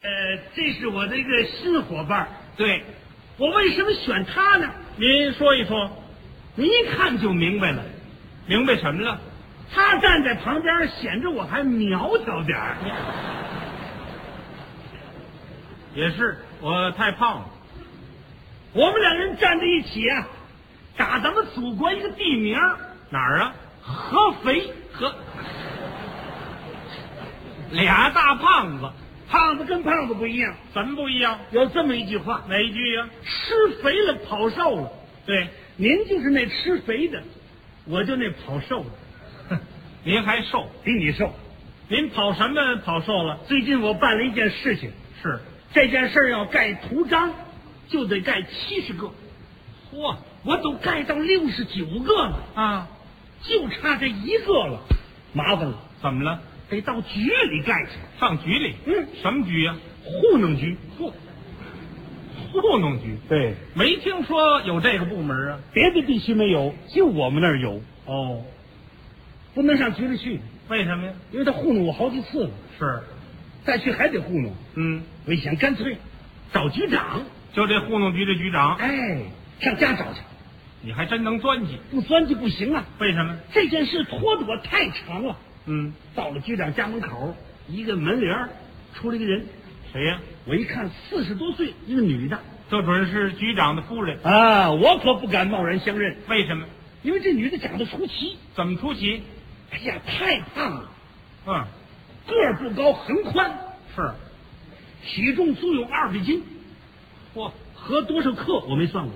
呃，这是我的一个新伙伴儿。对，我为什么选他呢？您说一说，您一看就明白了，明白什么了？他站在旁边，显着我还苗条点儿。也是我太胖了，我们两人站在一起啊，打咱们祖国一个地名儿哪儿啊？合肥。呵，俩大胖子，胖子跟胖子不一样，怎么不一样？有这么一句话：哪一句呀、吃肥了跑瘦了。对，您就是那吃肥的，我就那跑瘦的，您还瘦，比你瘦。您跑什么跑瘦了？最近我办了一件事情，是，这件事儿要盖图章，就得盖七十个，嚯我都盖到六十九个了，啊，就差这一个了，麻烦了，怎么了？得到局里盖去。上局里？嗯，什么局呀、糊弄局。糊糊弄局？对，没听说有这个部门啊？别的地区没有，就我们那儿有，哦，不能上局里去，为什么呀？因为他糊弄我好几次了，是，再去还得糊弄。嗯，我一想，干脆找局长，就这糊弄局的局长，哎，上家找去，你还真能钻去？不钻就不行啊。为什么？这件事拖得我太长了。嗯，到了局长家门口，一个门帘儿出来一个人，谁呀、我一看四十多岁，一个女的这准是局长的夫人。啊，我可不敢贸然相认，为什么？因为这女的长得出奇，怎么出奇？哎呀，太胖了，嗯，个儿不高，很宽，是，体重足有二百斤，嚯，合多少克我没算过。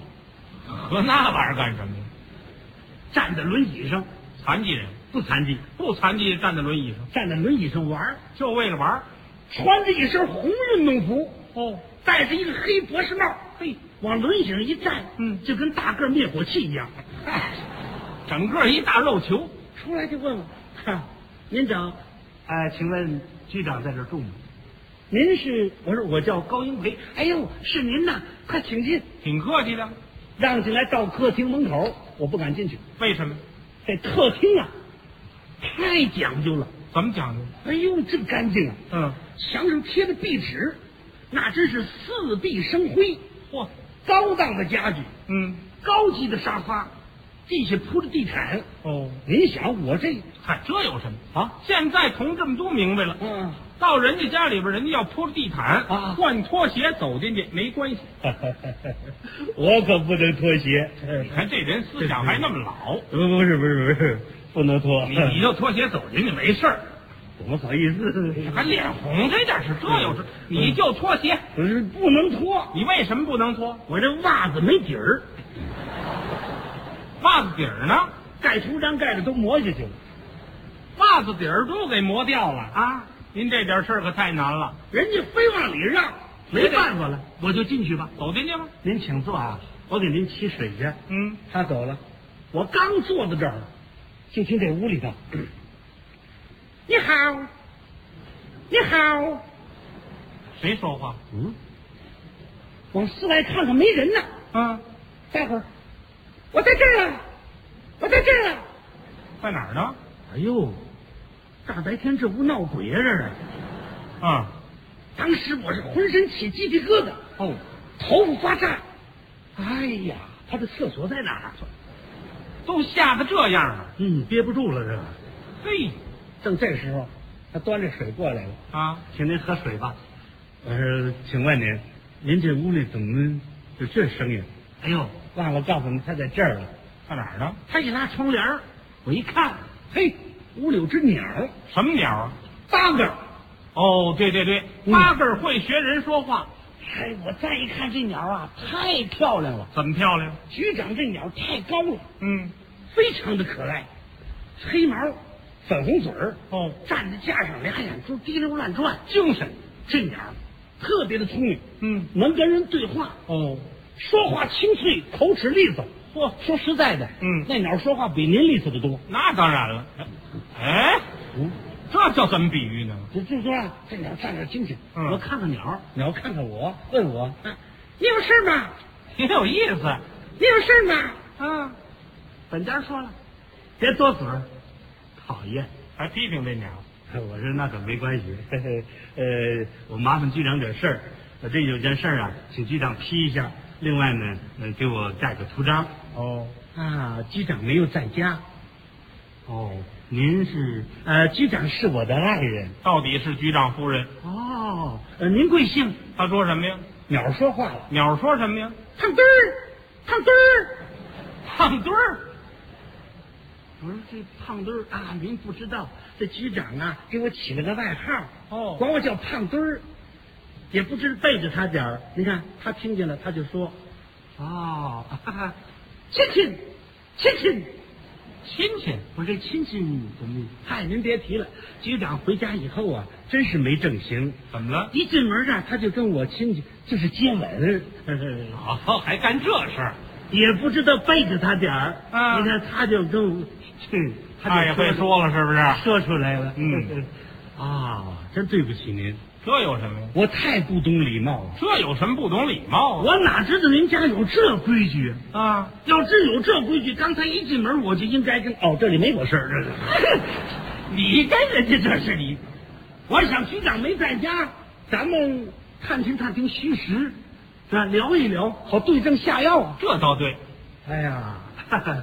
和那玩意儿干什么呀？站在轮椅上残疾人不残疾，不残疾站在轮椅上，站在轮椅上玩儿，就为了玩儿。穿着一身红运动服，哦，戴着一个黑博士帽，嘿，往轮椅上一站，嗯就跟大个儿灭火器一样。哎整个一大肉球。出来就问我，哈，您长，哎、请问局长在这儿住吗？您是？我说我叫高英培。哎呦，是您呐，快请进，挺客气的。让进来到客厅门口，我不敢进去。为什么？这客厅啊，太讲究了。怎么讲究？哎呦，真干净啊！嗯，墙上贴的壁纸，那真是四壁生辉。嚯，高档的家具，嗯，高级的沙发，地下铺着地毯。哦，您想我这嗨，这有什么？啊？现在同志们都明白了，嗯。到人家家里边，人家要铺着地毯啊换拖鞋走进去没关系。 我可不能脱鞋，你看这人思想还那么老， 不不是不是不是，不能脱。你你就拖鞋走进去没 事儿，我不好意思，嗯还脸红着点是这有事？你就脱鞋，不是不能脱，你为什么不能脱？我这袜子没底儿，袜子底儿呢？盖图章盖的都磨下去了袜子底儿都给磨掉了。啊！您这点事儿可太难了，人家非往里让，没办法了，我就进去吧。走进去吧。您请坐啊，我给您沏水去。嗯，他走了，我刚坐到这儿，就听这屋里头， 你好，你好，谁说话？嗯，往室外看看没人呢。嗯，待会儿，我在这儿啊，我在这儿啊。在哪儿呢？哎呦，大白天这屋闹鬼啊！这是。啊、当时我是浑身起鸡皮疙瘩，哦，头发发炸。哎呀，他的厕所在哪儿？啊都吓得这样了。嗯，憋不住了，这个。嘿，正这时候，他端着水过来了，啊，请您喝水吧。我说，请问您，您这屋里怎么有这声音？哎呦，忘了告诉您，他在这儿了。在哪儿呢？他一拉窗帘儿我一看，嘿，屋里有只鸟儿，什么鸟啊？八个儿。哦，对对对，嗯八个儿会学人说话，哎，我再一看这鸟啊，太漂亮了。怎么漂亮？局长这鸟太高了，嗯，非常的可爱，黑毛，粉红嘴儿，哦，站在架上俩眼珠滴溜乱转。精神。这鸟特别的聪明，嗯，能跟人对话，哦，说话清脆，口齿利索。嚯，说实在的，嗯那鸟说话比您利索的多。那当然了。哎，嗯，这叫怎么比喻呢？这这这样，啊这鸟站这精神，嗯我看看鸟，鸟看看我，问我，你有事吗？挺有意思。你有事吗？啊，本家说了，别多嘴儿，讨厌。还批评这鸟。 我说那可没关系，嘿嘿，呃，我麻烦局长点事儿，呃这有件事儿啊，请局长批一下。另外呢，呃，给我盖个图章。哦，啊，局长没有在家。哦，您是呃，局长是我的爱人。到底是局长夫人。哦，呃，您贵姓？他说什么呀？鸟说话了，鸟说什么呀？烫墩儿，烫墩儿。胖墩儿。我说这胖墩儿啊，您不知道，这局长啊给我起了个外号，哦管我叫胖墩儿，也不知背着他点儿。你看他听见了，他就说：“哦，哈哈，亲亲，亲亲。”亲戚。我这亲亲怎么？嗨，您别提了，局长回家以后啊，真是没正形。怎么了？一进门啊，他就跟我亲戚就是接 吻，哦，还干这事儿？也不知道背着他点儿。啊你看他就跟 我，哼他也会，说了是不是？说出来了。嗯， 啊，真对不起您，这有什么呀？我太不懂礼貌了。这有什么不懂礼貌我哪知道您家有这规矩？啊？啊，要真有这规矩，刚才一进门我就应该跟哦，这里没我事儿，这是。 你跟人家这是你，我想局长没在家，咱们探听探听虚实，是吧？聊一聊，好对症下药啊。这倒对。哎呀， 哈哈，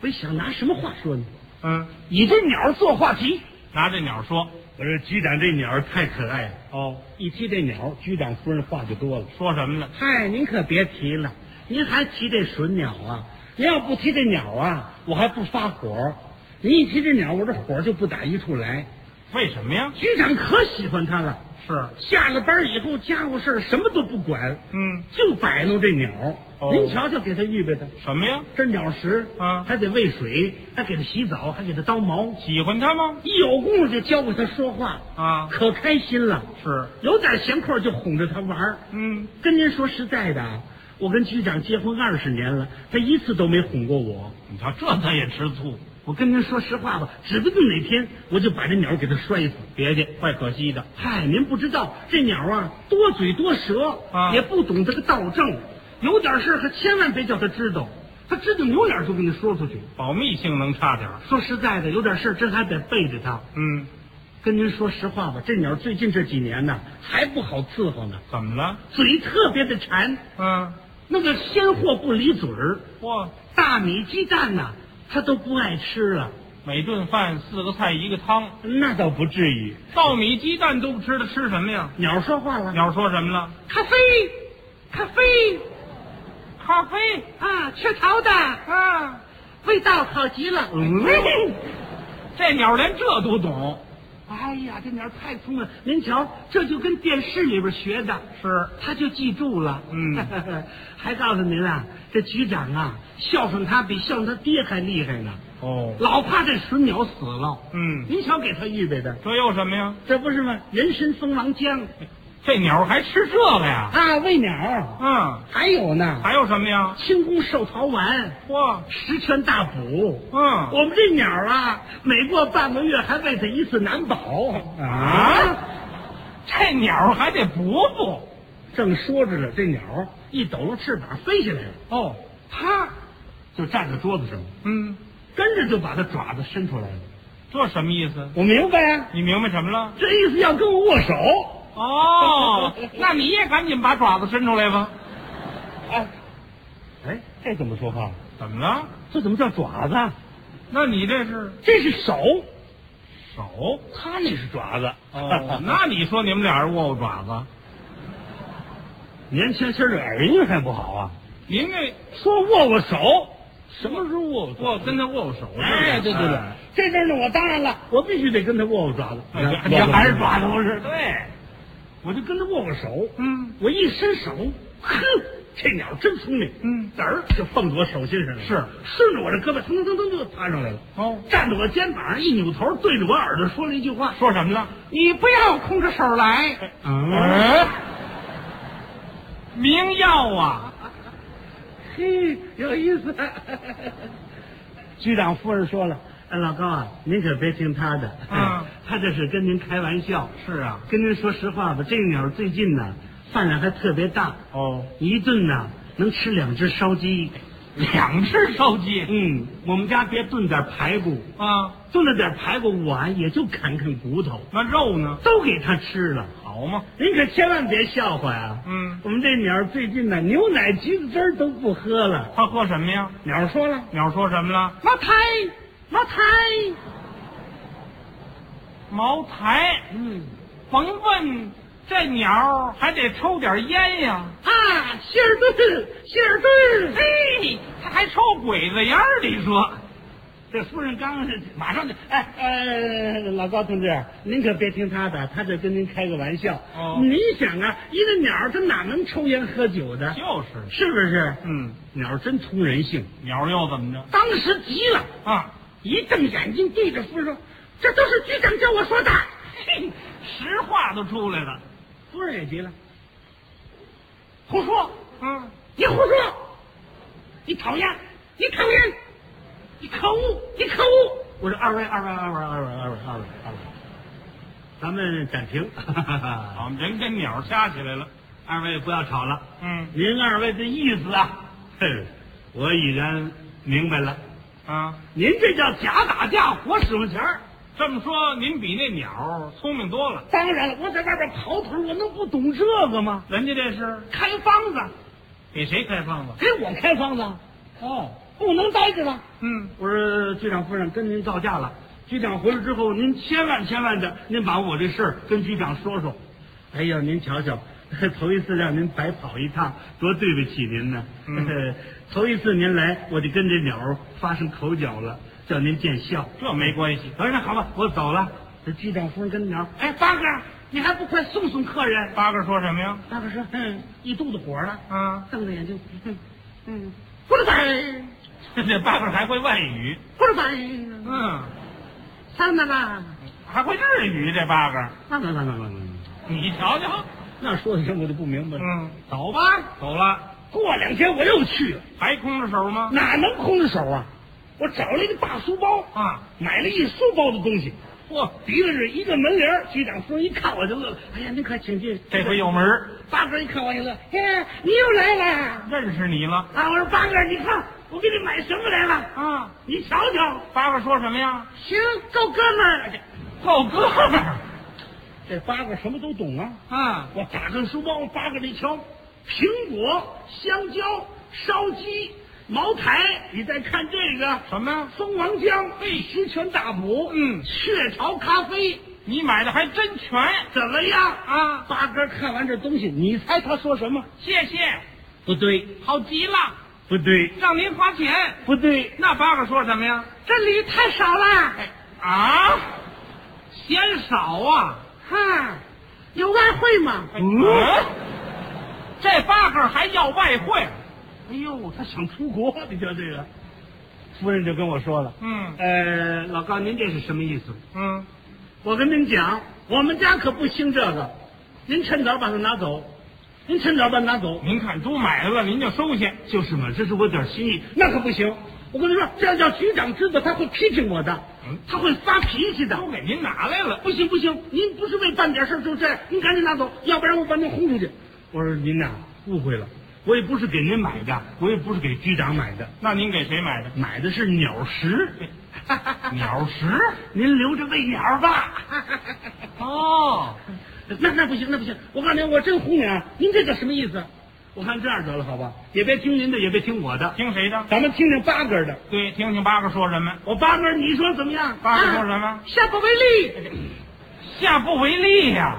我想拿什么话说呢？嗯，以这鸟做话题。拿这鸟说。我说局长这鸟太可爱了，哦，一提这鸟，局长夫人话就多了。说什么呢？嗨，您可别提了，您还提这损鸟啊？您要不提这鸟啊，我还不发火。您一提这鸟，我这火就不打一处来。为什么呀？局长可喜欢它了，是，下了班以后家务事儿什么都不管，嗯，就摆弄这鸟。哦您瞧瞧，给它预备的什么呀？这鸟食啊还得喂水，还给它洗澡，还给它叨毛。喜欢他吗？一有功夫就教给它说话，啊，可开心了。是，有点闲空儿就哄着它玩儿。嗯，跟您说实在的啊，我跟局长结婚二十年了，他一次都没哄过我。你瞧这他也吃醋，我跟您说实话吧，指不定哪天我就把这鸟给它摔死。别介，怪可惜的。嗨，您不知道这鸟啊，多嘴多舌，啊也不懂这个道正，有点事儿可千万别叫他知道，他知道扭脸就给你说出去。保密性能差点儿。说实在的，有点事儿真还得背着他。嗯，跟您说实话吧，这鸟最近这几年呢还不好伺候呢，怎么了？嘴特别的馋，嗯，那个鲜货不离嘴儿。嚯，大米、鸡蛋呐、他都不爱吃了。每顿饭四个菜一个汤，那倒不至于。稻米鸡蛋都不吃的，吃什么呀？鸟说话了，鸟说什么了？咖啡，咖啡咖啡啊，雀巢的，啊，味道好极了。嗯这鸟连这都懂，哎呀，这鸟太聪明了！您瞧，这就跟电视里边学的，是他就记住了。嗯， 还告诉您啊，这局长啊，孝顺他比孝顺他爹还厉害呢，哦，老怕这水鸟死了。嗯，您瞧给他预备的，这又什么呀？这不是吗？人参蜂王浆这鸟还吃这个呀？啊，喂鸟。嗯，还有呢，还有什么呀？清宫寿桃丸，嚯，十全大补。嗯，我们这鸟啊，每过半个月还喂它一次难保啊！这鸟还得补补。正说着呢，这鸟一抖了翅膀飞下来了，哦，啪，就站在桌子上了，嗯，跟着就把它爪子伸出来了。这什么意思？我明白啊，你明白什么了？这意思要跟我握手。哦， 那你也赶紧把爪子伸出来吧。哎，哎，这怎么说话？怎么了？这怎么叫爪子？啊那你这是这是手，手？他那是爪子。哦，那你说你们俩人握握爪子？年轻轻的耳音还不好啊。您这说握握手，什么时候握握握手？跟他握握手是不是？哎，对对对哎，这阵儿呢，我当然了，我必须得跟他握握爪子。哎你这还是爪爪子子不不是？是？对，我就跟他握握手。嗯我一伸手，哼，这鸟真聪明，嗯嘚儿就蹦到我手心上了，是顺着我这胳膊腾腾腾腾就爬上来了，哦，站到我肩膀上一扭头，对着我耳朵说了一句话说什么了？：“你不要空着手来。”嗯，嗯，明耀啊，嘿，有意思。 局长夫人说了：“哎，老高啊，您可别听他的，啊 他这是跟您开玩笑。是啊，跟您说实话吧，这个鸟最近呢，饭量还特别大，哦，一顿呢能吃两只烧鸡。两只烧鸡嗯，我们家别炖点排骨，啊，炖了点排骨，我啊也就啃啃骨头，那肉呢？都给他吃了。好嘛，您可千万别笑话呀、嗯我们这鸟儿最近呢，牛奶、橘子汁儿都不喝了。他喝什么呀？鸟儿说了鸟说什么了？：“茅台，茅台。茅台，”嗯，甭问，这鸟还得抽点烟呀。啊，希尔顿，希尔顿。嘿，他还抽鬼子烟儿，你说？这夫人刚马上就哎呃，老高同志，您可别听他的，他在跟您开个玩笑。哦您想啊，一个鸟儿它哪能抽烟喝酒的？就是，是不是？嗯，鸟儿真通人性，鸟又怎么着？当时急了，啊，一瞪眼睛对着夫人说：“这都是局长叫我说的。”嘿，实话都出来了。夫人也急了，胡说！嗯，你胡说！你讨厌！你讨厌！你可恶！你可恶！我说二位，二位，二位，二位，二位，二位，二位，咱们暂停。好，啊人跟鸟掐起来了。二位不要吵了。嗯，您二位的意思啊，哼，我已然明白了。啊，您这叫假打架，活使唤钱儿。这么说您比那鸟聪明多了。当然了，我在外边跑腿儿，我能不懂这个吗？人家这是开方子，给谁开放的？给我开方子，哦，不能呆着了。嗯，我说局长夫人跟您告假了，局长回来之后，您千万千万的，您把我这事儿跟局长说说。哎呀，您瞧瞧， 头一次让您白跑一趟，多对不起您呢。嗯 头一次您来，我就跟这鸟儿发生口角了，叫您见笑。这没关系。我说那好吧，我走了。这局长夫人跟鸟儿，哎，八哥，你还不快送送客人？八哥说什么呀？八哥说，嗯，一肚子火了，啊，瞪着眼睛，嗯嗯，咕噜白， 这八哥还会外语，咕噜白，嗯，嗯，三奶奶。还会日语。这八哥，那那那那那那，你瞧瞧，那说的声我就不明白了。嗯，走吧，走了，过两天我又去了，还空着手吗？哪能空着手啊？我找了一个大书包，啊，买了一书包的东西，嚯，提了是一个门帘儿。局长夫人一看我就乐了，哎呀，您快请进。这回有门儿八哥一看我一乐，嘿，你又来了。认识你了啊，我说八哥，你看我给你买什么来了？啊。你瞧瞧，八哥说什么呀？行，够哥们儿。够哥们儿这八哥什么都懂啊。啊！我打开书包，我扒开这瞧，苹果、香蕉、烧鸡、茅台，你再看这个什么呀？蜂王浆、嘿，十全大补，嗯雀巢咖啡，你买的还真全怎么样？啊！八哥看完这东西，你猜他说什么？谢谢，不对，好极了，不对，让您花钱。不对，哎那八哥说什么呀？这里太少了，啊，嫌少啊！哈，有外汇吗？啊嗯，这八个还要外汇？啊哎呦，他想出国，你瞧这个。夫人就跟我说了，嗯呃，老高，您这是什么意思？嗯，我跟您讲，我们家可不兴这个，您趁早把它拿走，您趁早把它拿走，您看都买了，您就收下。就是嘛，这是我点心意，那可不行。我跟您说，这要叫局长知道，他会批评我的嗯，他会发脾气的都。给您拿来了。不行不行，您不是为办点事儿就这样，您赶紧拿走，要不然我把您轰出去。我说您呐、误会了，我也不是给您买的，我也不是给局长买的，那您给谁买的？买的是鸟 食，鸟食。您留着喂鸟 吧。哦，那那不行，那不行！我告诉您，我真红脸，啊您这叫什么意思？我看这样得了，好吧？也别听您的，也别听我的，听谁的？咱们听听八哥的。对，听听八哥说什么。我八哥，你说怎么样？八哥说啊什么？下不为例。下不为例呀、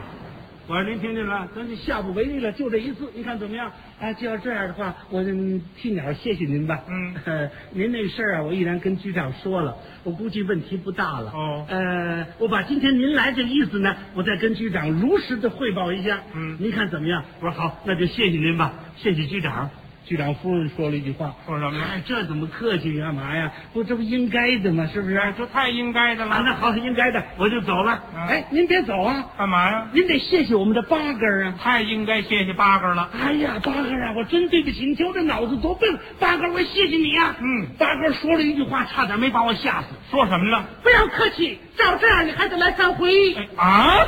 我说您听见了，咱就下不为例了，就这一次，您看怎么样？啊，就要这样的话，我嗯替鸟谢谢您吧。嗯呃，您那事儿啊，我已然跟局长说了，我估计问题不大了。哦呃，我把今天您来这个意思呢，我再跟局长如实的汇报一下。嗯您看怎么样？我说好，那就谢谢您吧，谢谢局长。局长夫人说了一句话，说什么呀哎，这怎么客气干嘛呀？不，这不应该的吗？是不是？啊，这太应该的了。那好，应该的，我就走了。嗯哎，您别走啊，干嘛呀？您得谢谢我们的八哥啊。太应该谢谢八哥了。哎呀，八哥啊，我真对不起，你瞧这脑子多笨。八哥，我谢谢你呀、嗯八哥说了一句话，差点没把我吓死。说什么了？不要客气，照这样你还得来三回。哎啊，